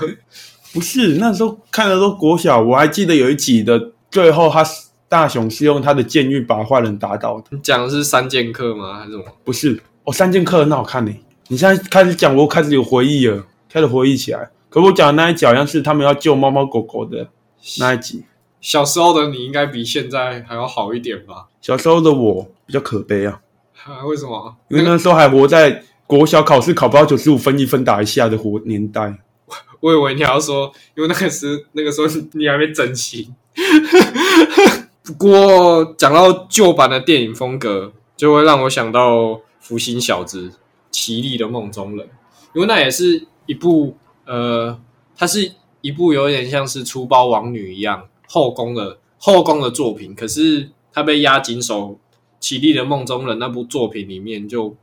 Speaker 2: 不是那时候看的都国小，我还记得有一集的最后他是，大雄是用他的剑狱把坏人打倒的，
Speaker 1: 你讲的是三剑客吗？还是什么？
Speaker 2: 不是哦，三剑客很好看呢、你现在开始讲，我又开始有回忆了，开始回忆起来。可我讲的那一集好像是他们要救猫猫狗狗的那一集。
Speaker 1: 小时候的你应该比现在还要好一点吧？
Speaker 2: 小时候的我比较可悲啊，
Speaker 1: 啊，为什么？
Speaker 2: 因为那时候还活在国小考试考不到九十五分，一分打一下的活年代。
Speaker 1: 我以为你要说，因为那个时那个时候你还没整形。不过讲到旧版的电影风格，就会让我想到《福星小子》《奇力的梦中人》，因为那也是一部呃，它是一部有点像是《出包王女》一样后宫的后宫的作品，可是它被压紧手，《起立的梦中人》那部作品里面，就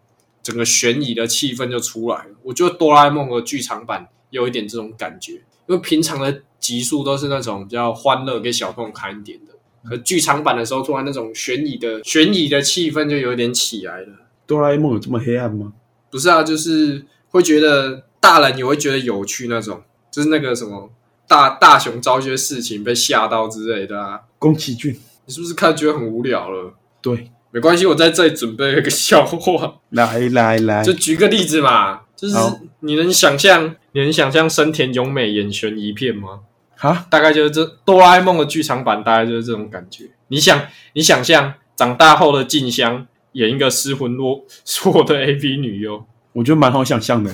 Speaker 1: 整个悬疑的气氛就出来了。我觉得《哆啦 A 梦》的剧场版有一点这种感觉，因为平常的集数都是那种比较欢乐给小朋友看一点的，可剧场版的时候，突然那种悬疑的悬疑的气氛就有点起来了。
Speaker 2: 哆啦 A 梦有这么黑暗吗？
Speaker 1: 不是啊，就是会觉得大人也会觉得有趣那种，就是那个什么大大雄遭一些事情被吓到之类的啊。
Speaker 2: 宫崎骏，
Speaker 1: 你是不是看觉得很无聊了？
Speaker 2: 对，
Speaker 1: 没关系，我在这里准备了一个笑话。
Speaker 2: 来来来
Speaker 1: 就，举个例子嘛，就是
Speaker 2: 哎好
Speaker 1: 你能想象，你能想象生田勇美演悬疑片吗？
Speaker 2: 啊，
Speaker 1: 大概就是这哆啦 A 梦的剧场版，大概就是这种感觉。你想，你想象长大后的静香演一个失魂落 [laughs] 魄的 A B 女优，
Speaker 2: 我觉得蛮好想象 [laughs] 的。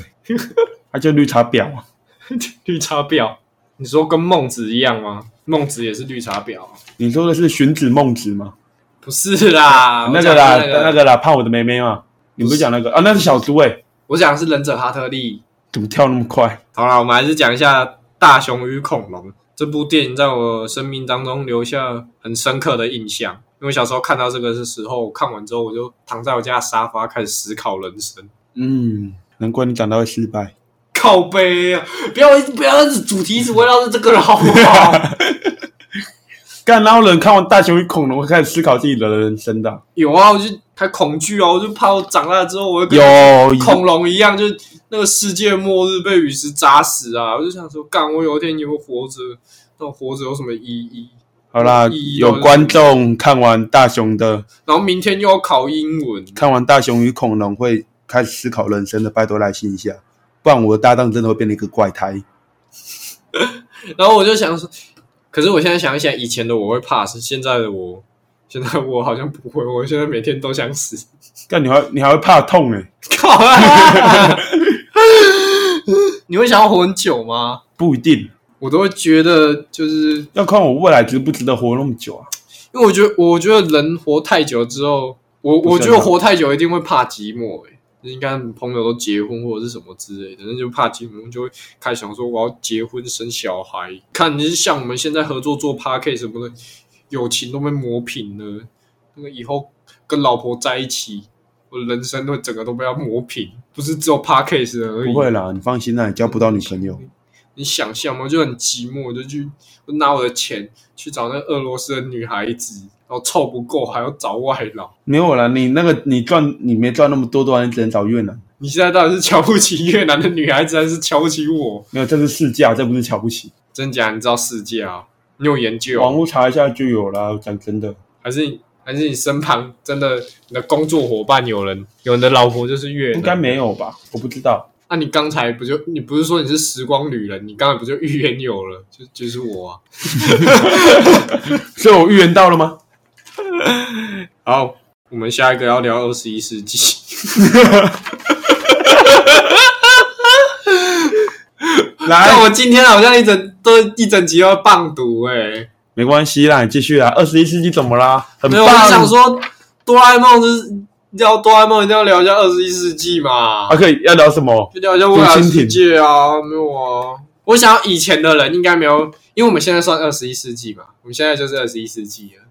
Speaker 2: 他就绿茶婊啊，
Speaker 1: 绿茶婊，你说跟孟子一样吗？孟子也是绿茶婊啊、
Speaker 2: 你说的是荀子、孟子吗？
Speaker 1: 不是啦，
Speaker 2: [laughs] 那
Speaker 1: 我
Speaker 2: 个
Speaker 1: 讲
Speaker 2: 啦，
Speaker 1: 的是那
Speaker 2: 那个啦，怕我的妹妹嘛？你不是讲那个啊？那是小猪哎、
Speaker 1: 我讲的是忍者哈特
Speaker 2: [laughs]
Speaker 1: 利。
Speaker 2: 怎么跳那么快？
Speaker 1: 好啦，我们还是讲一下《大雄与恐龙》这部电影，在我生命当中留下很深刻的印象。因为小时候看到这个的时候，我看完之后我就躺在我家的沙发开始思考人生。
Speaker 2: 嗯，难怪你讲到会失败。
Speaker 1: 靠背啊！不要一直不要一直主题一直围绕着这个了，好不好？
Speaker 2: 干，然后人看完《大雄与恐龙》，会开始思考自己的人生的。
Speaker 1: 有啊，我就他恐惧啊，我就怕我长大之后我会跟
Speaker 2: 有
Speaker 1: 恐龙一样，就那个世界末日被陨石砸死啊！我就想说，干，我有一天也会活着，那我活着有什么意
Speaker 2: [laughs]
Speaker 1: 义？ [laughs]
Speaker 2: 好啦，有观众看完大雄的，
Speaker 1: 然后明天又要考英文，
Speaker 2: 看完《大雄与恐龙》会开始思考人生的，拜托来信一下，不然我的搭档真的会变成一个怪胎。
Speaker 1: 然后我就想说，可是我现在想一想，以前的我会怕死，现在的我，现在我好像不会，我现在每天都想死，
Speaker 2: 干，你还你还会怕痛哎、
Speaker 1: 靠、啊！你会想要活很久吗？
Speaker 2: 不一定，
Speaker 1: 我都会觉得，就是因
Speaker 2: 要看我未来值不值得活那么久啊。
Speaker 1: 为我觉得，我觉得人活太久之后，我
Speaker 2: 不是
Speaker 1: 我
Speaker 2: 很
Speaker 1: 觉得
Speaker 2: 好
Speaker 1: 活太久一定会怕寂寞、欸，应该朋友都结婚或者是什么之类的，那就怕寂寞，就会开始想说我要结婚生小孩。看，你是像我们现在合作做 p a r k 什么的，友情都被磨平了，那个以后跟老婆在一起，我人生都整个都被要磨平，不是只有 p a r k 而已。
Speaker 2: 不会啦，你放心啦，你交不到女朋友。
Speaker 1: 你想象吗？就很寂寞，我就去我拿我的钱去找那俄罗斯的女孩子，然后凑不够还要找外劳。
Speaker 2: 没有啦，你那个你赚你没赚那么多的话，你只能找越南。
Speaker 1: 你现在到底是瞧不起越南的女孩子，还是瞧不起我？
Speaker 2: 没有，这是市价，这不是瞧不起。
Speaker 1: 真假？你知道世界啊？ [laughs] 你有研究
Speaker 2: 网
Speaker 1: 啊？
Speaker 2: 络查一下就有啦。讲真的，
Speaker 1: 还是你还是你身旁真的你的工作伙伴有人有你的老婆就是越
Speaker 2: 应该
Speaker 1: 南？
Speaker 2: 没有吧？我不知道。
Speaker 1: 那、你刚才不就你不是说你是时光旅人？你刚才不就预言有了？就就是我啊！
Speaker 2: 所以我预言到了吗？
Speaker 1: 好，我们下一个要聊二十一世纪。那
Speaker 2: 来，
Speaker 1: 我今天好像一整都一整集要棒读哎、欸，
Speaker 2: 没关系啦，你继续啦。二十一世纪怎么啦？很
Speaker 1: 没有，我就想
Speaker 2: 棒。
Speaker 1: 说哆啦 A 梦就是要哆啦 A 梦一定要聊一下二十一世纪嘛，
Speaker 2: 啊，可以要聊什么？
Speaker 1: 就聊一下未来的世界啊，没有啊。我想要以前的人应该没有，因为我们现在算二十一世纪嘛，我们现在就是二十一世纪了。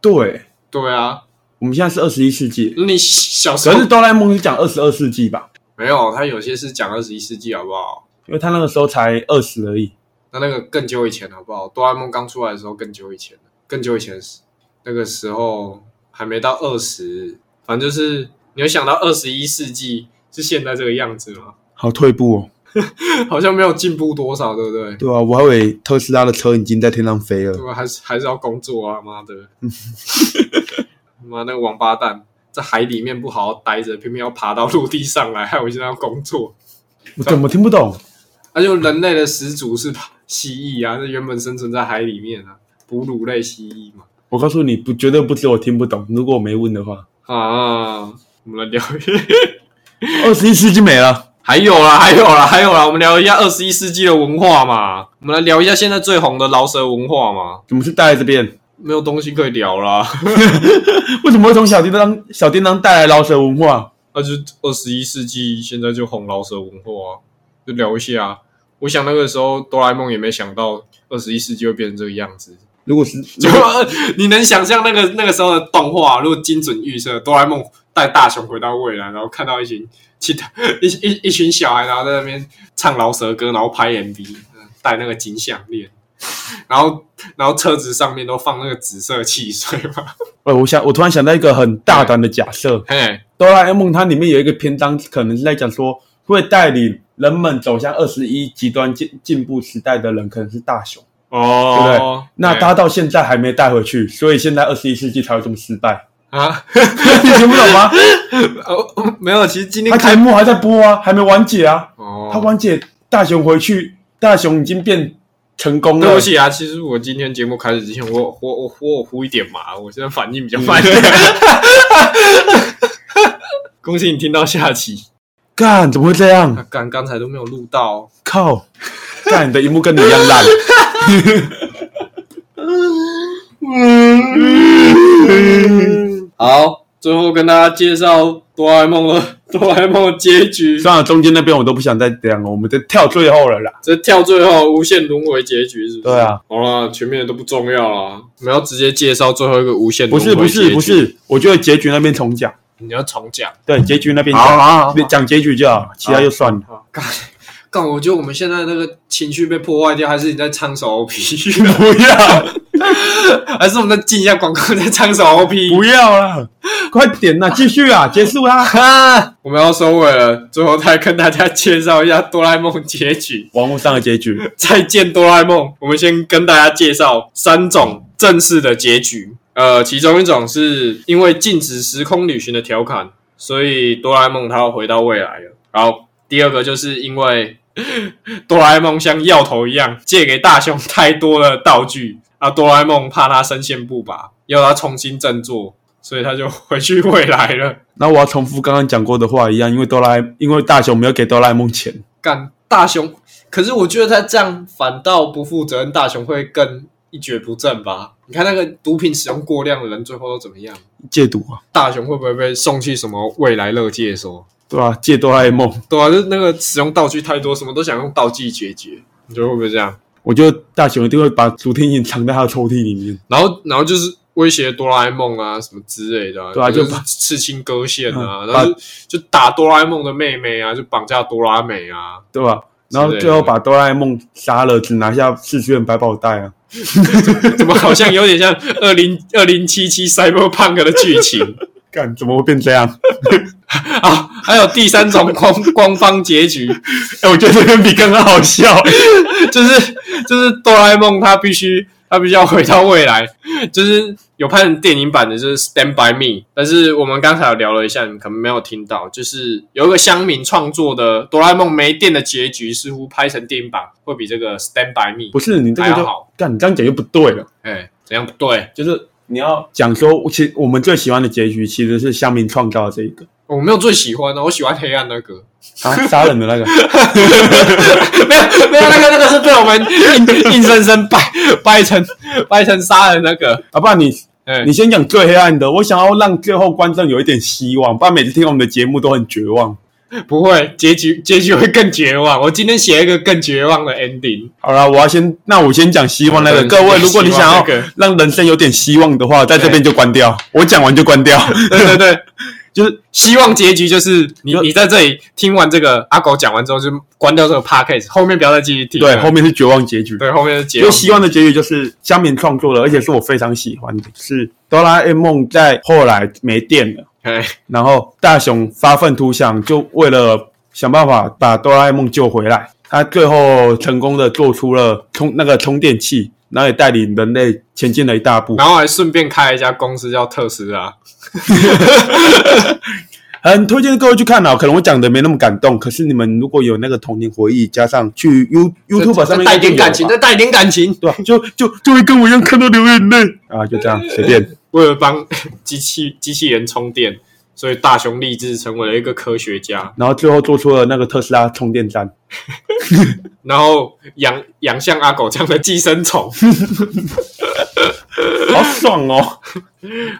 Speaker 2: 对，
Speaker 1: 对啊，
Speaker 2: 我们现在是二十一世纪，
Speaker 1: 你小时
Speaker 2: 可
Speaker 1: 候
Speaker 2: 是哆啦 A 梦是讲二十二世纪吧？
Speaker 1: 没有，他有些是讲二十一世纪好不好？
Speaker 2: 因为他那个时候才二十而已。
Speaker 1: 那那个更久以前好不好？哆啦 A 梦刚出来的时候更久以前了，更久以前是那个时候还没到二十，反正就是你有想到二十一世纪是现在这个样子吗？ [laughs]
Speaker 2: 好退步哦。
Speaker 1: 好像没有进步多少，对不对？
Speaker 2: 对啊，我还以为特斯拉的车已经在天上飞了
Speaker 1: 对。吧？还是还是要工作啊，妈的！ [laughs] 妈那个王八蛋，在海里面不好好待着，偏偏要爬到陆地上来，害我现在要工作。
Speaker 2: 我怎么听不懂？
Speaker 1: 那、就人类的始祖是蜥蜴啊，那原本生存在海里面啊，哺乳类蜥蜴嘛。
Speaker 2: 我告诉你，不绝对不止我听不懂。如果我没问的话，
Speaker 1: 啊，我们来聊一下，
Speaker 2: 二十一世纪没了。
Speaker 1: 还有啦，还有啦，还有啦，我们聊一下二十一世纪的文化嘛，我们来聊一下现在最红的饶舌文化嘛，
Speaker 2: 怎么是带来这边？
Speaker 1: 没有东西可以聊啦， [laughs]
Speaker 2: 为什么会从小叮当小叮当带来饶舌文化？
Speaker 1: 那、就二十一世纪现在就红饶舌文化、啊，就聊一下、我想那个时候哆啦 A 梦也没想到二十一世纪会变成这个样子，
Speaker 2: 如果是
Speaker 1: [laughs] 就你能想象那个那个时候的动画，如果精准预测哆啦 A 梦带大雄回到未来，然后看到一群其他 [laughs] 一一一群小孩，然后在那边唱饶舌歌，然后拍 MV，呃戴那个金项链，然后然后车子上面都放那个紫色汽水嘛，
Speaker 2: 呃，我想我突然想到一个很大胆的假设，
Speaker 1: 嘿，
Speaker 2: 哆啦 A 梦它里面有一个篇章，可能是在讲说会带领人们走向二十一极端进进步时代的人，可能是大雄。
Speaker 1: 哦
Speaker 2: 对不对那他到现在还没带回去，所以现在二十一世纪才会这么失败。 [laughs]
Speaker 1: 啊，
Speaker 2: 你听不懂吗？
Speaker 1: 哦，没有，其实今天
Speaker 2: 他节
Speaker 1: 开
Speaker 2: 目还在播啊，还没完结啊。他
Speaker 1: 哦，
Speaker 2: 完结，大雄回去，大雄已经变成功
Speaker 1: 对
Speaker 2: 了
Speaker 1: 不。起啊，其实我今天节目开始之前，我我我我有呼一点麻，我现在反应比较慢。嗯 [laughs] 恭喜你听到下期，
Speaker 2: 干，怎么会这样？
Speaker 1: 啊，刚刚才都没有录到哦、
Speaker 2: 靠！ [laughs] 干，你的荧幕跟你一样烂。
Speaker 1: 好，最后跟大家介绍哆啦 A 梦的 [laughs] 哆啦 A 梦的结局，
Speaker 2: 算了，中间那边我都不想再这样了，我们就跳最后了啦。
Speaker 1: 这跳最后无限轮回结局是不是？
Speaker 2: 对啊，
Speaker 1: 好了，前面的都不重要了，我们要直接介绍最后一个无限
Speaker 2: 不
Speaker 1: 轮回
Speaker 2: 是不
Speaker 1: 结
Speaker 2: 是
Speaker 1: 局
Speaker 2: 不，是，我觉得结局那边重讲，
Speaker 1: 你要重讲。
Speaker 2: 对，结局那边
Speaker 1: 好
Speaker 2: 讲，
Speaker 1: 好好，
Speaker 2: 讲结局就好，其他就算了。
Speaker 1: 干干，我觉得我们现在那个情绪被破坏掉，还是你在唱首 OP，
Speaker 2: [laughs] 不要
Speaker 1: [laughs] 还是我们在进一下广告，在唱首 OP？
Speaker 2: 不要啦，快点啦，继续啊，结束啦。
Speaker 1: 哈，我们要收尾了，最后再跟大家介绍一下哆啦 A 梦结局。
Speaker 2: [laughs] 网络上的结局，
Speaker 1: [laughs] 再见哆啦 A 梦，我们先跟大家介绍三种正式的结局。呃，其中一种是因为禁止时空旅行的条款，所以哆啦 A 梦他要回到未来了。然后第二个就是因为 [laughs] 哆啦 A 梦像药头一样借给大雄太多的道具，啊，哆啦 A 梦怕他深陷不拔，要他重新振作，所以他就回去未来了。
Speaker 2: 那我要重复刚刚讲过的话一样，因为哆啦 A，因为大雄没有给哆啦 A 梦钱，
Speaker 1: 干大雄，可是我觉得他这样反倒不负责任，大雄会更一蹶不振吧？你看那个毒品使用过量的人最后都怎么样？
Speaker 2: 戒赌啊，
Speaker 1: 大雄会不会被送去什么未来乐界所？
Speaker 2: 对吧、借哆啦 A 梦，
Speaker 1: 对啊，就是那个使用道具太多，什么都想用道具解决，你觉得会不会这样？
Speaker 2: 我觉得大雄一定会把竹听影藏在他的抽屉里面。
Speaker 1: 然后，然后就是威胁哆啦 A 梦啊什么之类的、啊，
Speaker 2: 对啊
Speaker 1: 就
Speaker 2: 就把
Speaker 1: 是刺青割线啊，
Speaker 2: 嗯
Speaker 1: 然后就就打哆啦 A 梦的妹妹啊，就绑架哆啦美啊， [laughs]
Speaker 2: 对吧？然后最后把哆啦 A 梦杀了，只拿下四卷百宝袋啊！
Speaker 1: 怎么好像有点像二零二零七七 Cyberpunk 的剧情？
Speaker 2: 干，怎么会变这样？
Speaker 1: 啊，还有第三种官官方结局，
Speaker 2: [laughs] 哎、我觉得这个比刚刚好笑。
Speaker 1: [laughs] 就是就是哆啦 A 梦他必须他必须要回到未来，就是有拍成电影版的，就是《Stand by Me》，但是我们刚才有聊了一下，你可能没有听到，就是有一个乡民创作的哆啦 A 梦没电的结局，似乎拍成电影版会比这个《Stand by Me
Speaker 2: 不》是你这个
Speaker 1: 还
Speaker 2: 就
Speaker 1: 好
Speaker 2: 干，你这样讲就不对了。
Speaker 1: 哎怎样不对？
Speaker 2: 就是你要讲说，其实我们最喜欢的结局其实是乡民创造的这一个
Speaker 1: 我没有最喜欢的，我喜欢黑暗那个，
Speaker 2: [laughs] 啊，杀人的那个。
Speaker 1: 没 [laughs] 有没有那个那个是被我们硬硬生生掰掰成掰成杀人那个，
Speaker 2: 啊，不然你
Speaker 1: 哎
Speaker 2: 你先讲最黑暗的，我想要让最后观众有一点希望，不然每次听我们的节目都很绝望。
Speaker 1: 不会，结局结局会更绝望。我今天写一个更绝望的 ending。
Speaker 2: 好啦，我要先，那我先讲希望那个。
Speaker 1: 嗯
Speaker 2: 各位，如果你想要
Speaker 1: 希望那个
Speaker 2: 让人生有点希望的话，在这边就关掉，我讲完就
Speaker 1: [laughs]
Speaker 2: 关掉。
Speaker 1: 对对对，
Speaker 2: 就是
Speaker 1: 希望结局就是你
Speaker 2: 就
Speaker 1: 你在这里听完这个阿狗讲完之后，就关掉这个 podcast，后面不要再继续听了。
Speaker 2: 对，后面是绝望结局。
Speaker 1: 对后面的结
Speaker 2: 就
Speaker 1: 尾
Speaker 2: 希望的结局就是香民创作的，而且是我非常喜欢的，是哆啦 A 梦在后来没电了，
Speaker 1: 哎
Speaker 2: 然后大雄发愤图强，就为了想办法把哆啦 A 梦救回来，他最后成功的做出了充那个充电器，然后也带领人类前进了一大步。
Speaker 1: 然后还顺便开了一家公司叫特斯拉。
Speaker 2: 很推荐各位去看啊，可能我讲的没那么感动，可是你们如果有那个童年回忆，加上去 You YouTube 上
Speaker 1: 再
Speaker 2: 面
Speaker 1: 带点感情，
Speaker 2: 应该
Speaker 1: 再带点感情。
Speaker 2: 就有了吧，对吧？就就就会跟我一样看到流眼泪啊，就这样随便。
Speaker 1: 为了帮机器机器人充电，所以大雄立志成为了一个科学家，
Speaker 2: 然后最后做出了那个特斯拉充电站。
Speaker 1: 然后养养像阿狗这样的寄生虫。 [laughs]
Speaker 2: 好爽哦！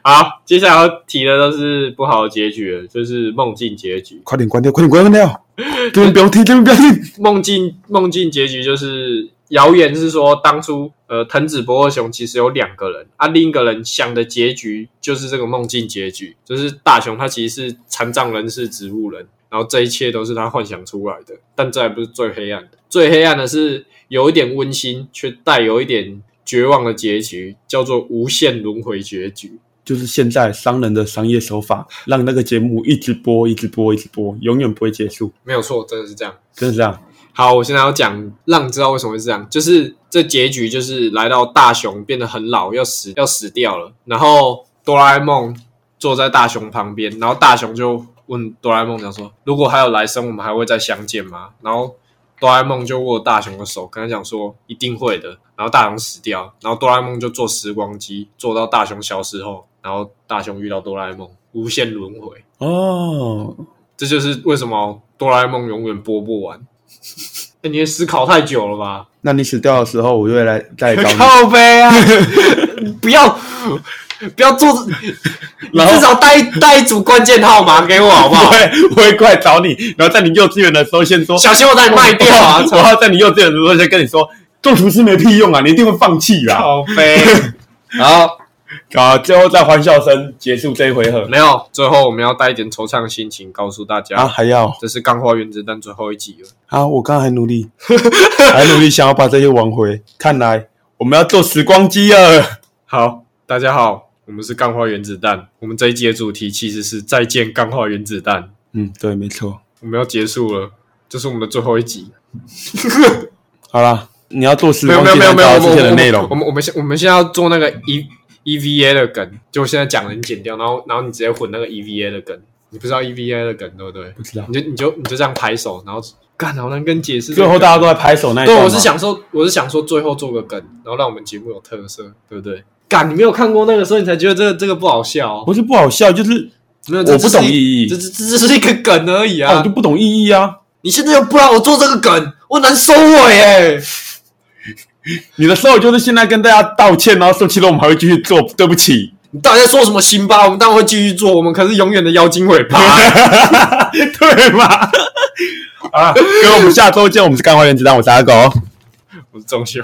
Speaker 1: 好，接下来要提的都是不好的结局了，就是梦境结局。
Speaker 2: 快点关掉，快点关掉！这边不要听，这边不要听。
Speaker 1: 梦境梦境结局就是谣言是说，当初呃藤子不二雄其实有两个人，啊，另一个人想的结局就是这个梦境结局，就是大雄他其实是残障人士植物人，然后这一切都是他幻想出来的，但这还不是最黑暗的，最黑暗的是有一点温馨，却带有一点绝望的结局，叫做无限轮回结局。
Speaker 2: 就是现在商人的商业手法，让那个节目一直播，一直播，一直播，永远不会结束，
Speaker 1: 没有错，真的是这样。
Speaker 2: 真的是这样。
Speaker 1: 好，我现在要讲，让你知道为什么会这样，就是这结局就是来到大雄变得很老，要死要死掉了，然后哆啦 A 梦坐在大雄旁边，然后大雄就问哆啦 A 梦讲说，如果还有来生，我们还会再相见吗？然后哆啦 A 梦就握大雄的手，跟他讲说一定会的。然后大雄死掉，然后哆啦 A 梦就坐时光机，坐到大雄消失后，然后大雄遇到哆啦 A 梦，无限轮回。
Speaker 2: 哦，
Speaker 1: 这就是为什么哆啦 A 梦永远播不完。 [laughs] 欸那、你也思考太久了吧？
Speaker 2: 那你死掉的时候，我就会来再来搞
Speaker 1: 靠背
Speaker 2: [laughs]
Speaker 1: 啊！不要不要做，你
Speaker 2: 然后
Speaker 1: 至少带带一组关键号码给我好不
Speaker 2: 你。
Speaker 1: 好？
Speaker 2: 对，我会过来找你，然后在你幼稚园的时候先说
Speaker 1: 小心我把你卖掉
Speaker 2: [laughs]
Speaker 1: 啊！
Speaker 2: 我要在你幼稚园的时候先跟你说，做厨师没屁用啊，你一定会放弃啦。
Speaker 1: [laughs] 靠背。然后
Speaker 2: 啊，最后再欢笑声结束这一回合
Speaker 1: 没有，最后我们要带一点惆怅的心情告诉大
Speaker 2: 啊，
Speaker 1: 家，
Speaker 2: 还要
Speaker 1: 这是《钢化原子弹》最后一集了。
Speaker 2: 啊，我刚刚还努 [laughs] 力，还努力想要把这些挽回，看来我们要做时光机了。
Speaker 1: 好，大家好，我们是钢化原子弹。我们这一集的主题其实是再见钢化原子弹。
Speaker 2: 嗯，对，没错。
Speaker 1: 我们要结束了，这是我们的最后一集。
Speaker 2: 好啦，你要做时
Speaker 1: 没有
Speaker 2: 光
Speaker 1: 没有
Speaker 2: 机
Speaker 1: 没有没
Speaker 2: 来
Speaker 1: 有，
Speaker 2: 找
Speaker 1: 我
Speaker 2: 到
Speaker 1: 们
Speaker 2: 之前的内
Speaker 1: 我
Speaker 2: 容。
Speaker 1: 们我们现我们现在要做那个 E EVA 的梗，就我现在讲了，你剪掉，然后然后你直接混那个 EVA 的梗，你不知道 EVA 的梗对不对？
Speaker 2: 不知道
Speaker 1: 你，就你就你就这样拍手，然后干，好难跟解释这
Speaker 2: 最
Speaker 1: 个梗。
Speaker 2: 后大家都在拍手那一
Speaker 1: 对，
Speaker 2: 段吗
Speaker 1: 我是想说，我是想说最后做个梗，然后让我们节目有特色，对不对？干，你没有看过那个，所以你才觉得这个这个不好笑哦、
Speaker 2: 不是不好笑，就是
Speaker 1: 没有，
Speaker 2: 我
Speaker 1: 这
Speaker 2: 不
Speaker 1: 只是
Speaker 2: 懂
Speaker 1: 一
Speaker 2: 意义
Speaker 1: 这这这只是一个梗而已
Speaker 2: 啊，
Speaker 1: 啊！
Speaker 2: 我就不懂意义啊。
Speaker 1: 你现在又不让我做这个梗，我难收尾哎、
Speaker 2: 你的时候就是现在跟大家道歉，然后生气了我们还会继续做，对不起。
Speaker 1: 你到底在说什么辛巴？我们当然会继续做，我们可是永远的妖精尾巴、
Speaker 2: 对吧？啊，各位，我们下周见。我们是干花原子弹，我是阿狗。
Speaker 1: 我是钟秀。